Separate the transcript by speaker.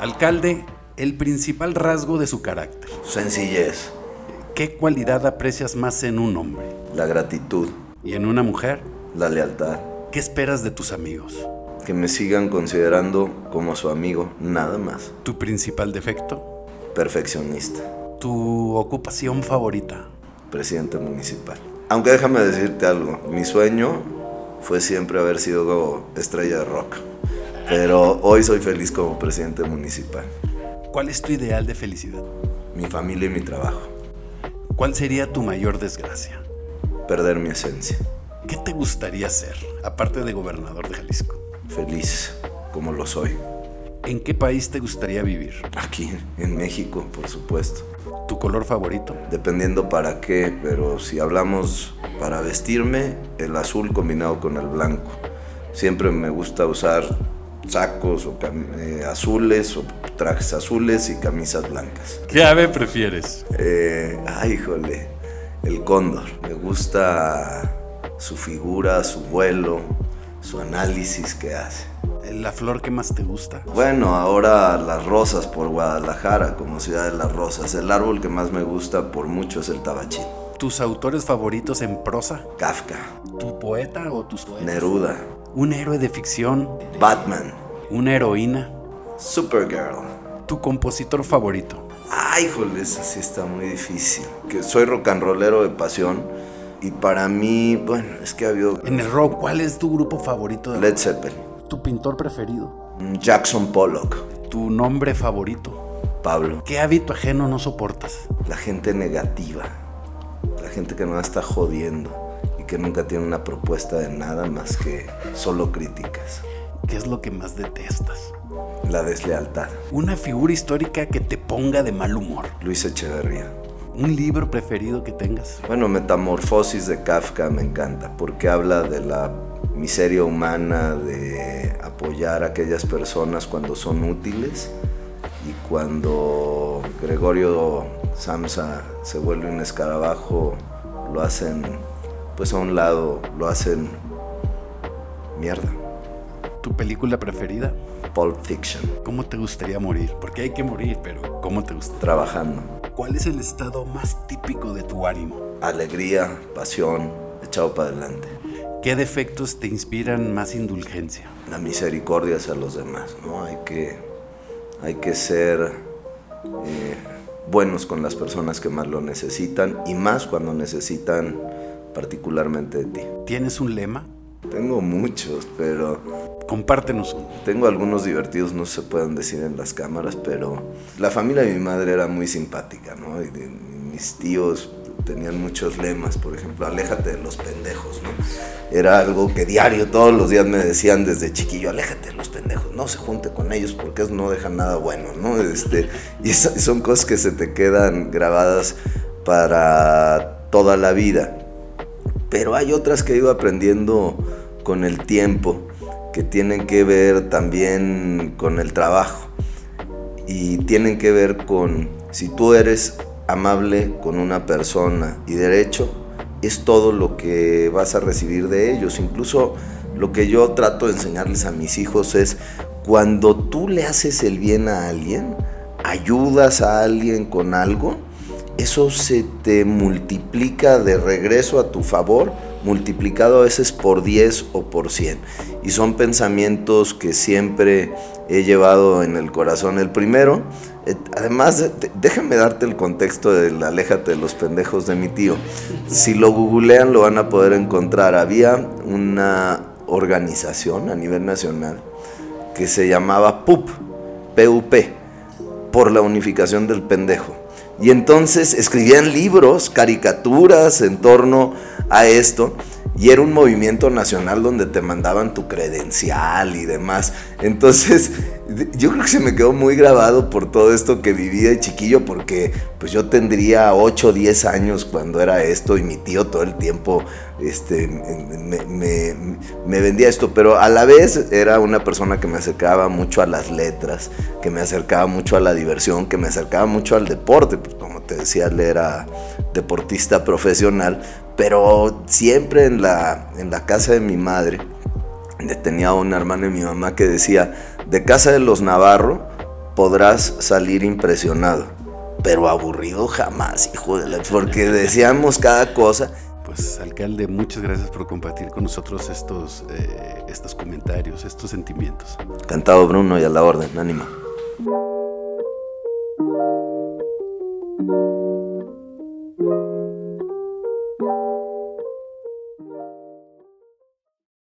Speaker 1: Alcalde, el principal rasgo de su carácter.
Speaker 2: Sencillez,
Speaker 1: ¿Qué cualidad aprecias más en un hombre?
Speaker 2: la gratitud,
Speaker 1: ¿Y en una mujer?
Speaker 2: la lealtad.
Speaker 1: ¿Qué esperas de tus amigos?
Speaker 2: Que me sigan considerando como su amigo, nada más.
Speaker 1: ¿Tu principal defecto?
Speaker 2: Perfeccionista,
Speaker 1: ¿Tu ocupación favorita?
Speaker 2: presidente municipal. Aunque déjame decirte algo, mi sueño fue siempre haber sido como estrella de rock. Pero hoy soy feliz como presidente municipal.
Speaker 1: ¿Cuál es tu ideal de felicidad?
Speaker 2: Mi familia y mi trabajo.
Speaker 1: ¿Cuál sería tu mayor desgracia?
Speaker 2: Perder mi esencia.
Speaker 1: ¿Qué te gustaría ser, aparte de gobernador de Jalisco?
Speaker 2: Feliz como lo soy.
Speaker 1: ¿En qué país te gustaría vivir?
Speaker 2: Aquí, en México, por supuesto.
Speaker 1: ¿Tu color favorito?
Speaker 2: Dependiendo para qué, pero si hablamos para vestirme, el azul combinado con el blanco. Siempre me gusta usar sacos o cam- eh, azules o trajes azules y camisas blancas.
Speaker 1: ¿Qué ave prefieres?
Speaker 2: Eh, ay, híjole, el cóndor. Me gusta su figura, su vuelo, su análisis que hace.
Speaker 1: ¿La flor que más te gusta?
Speaker 2: Bueno, ahora las rosas por Guadalajara, como ciudad de las rosas. El árbol que más me gusta por mucho es el tabachín.
Speaker 1: ¿Tus autores favoritos en prosa?
Speaker 2: Kafka,
Speaker 1: ¿Tu poeta o tus poetas?
Speaker 2: Neruda,
Speaker 1: ¿Un héroe de ficción?
Speaker 2: Batman,
Speaker 1: ¿Una heroína?
Speaker 2: Supergirl.
Speaker 1: ¿Tu compositor favorito?
Speaker 2: Ay, híjole, eso sí está muy difícil. Que soy rock and rollero de pasión y para mí, bueno, es que ha habido
Speaker 1: En el rock, ¿cuál es tu grupo favorito? de
Speaker 2: Led
Speaker 1: rock?
Speaker 2: Zeppelin,
Speaker 1: ¿Tu pintor preferido?
Speaker 2: Jackson Pollock,
Speaker 1: ¿Tu nombre favorito?
Speaker 2: Pablo.
Speaker 1: ¿Qué hábito ajeno no soportas?
Speaker 2: La gente negativa, la gente que no está jodiendo y que nunca tiene una propuesta de nada más que solo críticas.
Speaker 1: ¿Qué es lo que más detestas?
Speaker 2: La deslealtad.
Speaker 1: Una figura histórica que te ponga de mal humor.
Speaker 2: Luis Echeverría.
Speaker 1: Un libro preferido que tengas.
Speaker 2: Bueno, Metamorfosis de Kafka me encanta porque habla de la miseria humana, de apoyar a aquellas personas cuando son útiles y cuando Gregorio Samsa se vuelve un escarabajo, lo hacen pues a un lado, lo hacen mierda.
Speaker 1: ¿Tu película preferida?
Speaker 2: Pulp Fiction,
Speaker 1: ¿Cómo te gustaría morir? Porque hay que morir, pero ¿cómo te gusta?
Speaker 2: trabajando.
Speaker 1: ¿Cuál es el estado más típico de tu ánimo?
Speaker 2: Alegría, pasión, echado para adelante.
Speaker 1: ¿Qué defectos te inspiran más indulgencia?
Speaker 2: la misericordia hacia los demás, ¿no? Hay que, hay que ser eh, buenos con las personas que más lo necesitan y más cuando necesitan particularmente de ti.
Speaker 1: ¿Tienes un lema?
Speaker 2: Tengo muchos, pero
Speaker 1: Compártenos uno.
Speaker 2: tengo algunos divertidos, no se pueden decir en las cámaras, pero la familia de mi madre era muy simpática, ¿no? Y de- mis tíos tenían muchos lemas, por ejemplo, aléjate de los pendejos, ¿no? Era algo que diario, todos los días me decían desde chiquillo, aléjate de los pendejos, no se junte con ellos porque eso no deja nada bueno, ¿no? Este, y eso- son cosas que se te quedan grabadas para toda la vida pero hay otras que he ido aprendiendo con el tiempo, que tienen que ver también con el trabajo y tienen que ver con si tú eres amable con una persona y derecho, es todo lo que vas a recibir de ellos. Incluso lo que yo trato de enseñarles a mis hijos es cuando tú le haces el bien a alguien, ayudas a alguien con algo, eso se te multiplica de regreso a tu favor, multiplicado a veces por 10 o por 100. Y son pensamientos que siempre he llevado en el corazón. El primero, eh, además, de- de- déjame darte el contexto del aléjate de los pendejos de mi tío. Si lo googlean lo van a poder encontrar. Había una organización a nivel nacional que se llamaba PUP, PUP, por la unificación del pendejo. Y entonces escribían libros, caricaturas en torno a esto. Y era un movimiento nacional donde te mandaban tu credencial y demás. Entonces, de- yo creo que se me quedó muy grabado por todo esto que viví de chiquillo, porque pues yo tendría 8 o 10 años cuando era esto y mi tío todo el tiempo este, me, me- me- me vendía esto, pero a la vez era una persona que me acercaba mucho a las letras, que me acercaba mucho a la diversión, que me acercaba mucho al deporte, pues, como te decía, él era deportista profesional, pero siempre en la, en la casa de mi madre, tenía una hermana de mi mamá que decía, de casa de los Navarro podrás salir impresionado, pero aburrido jamás, hijo de la... Porque decíamos cada cosa.
Speaker 1: Pues alcalde, muchas gracias por compartir con nosotros estos, eh, estos comentarios, estos sentimientos.
Speaker 2: Cantado Bruno y a la orden, ánimo.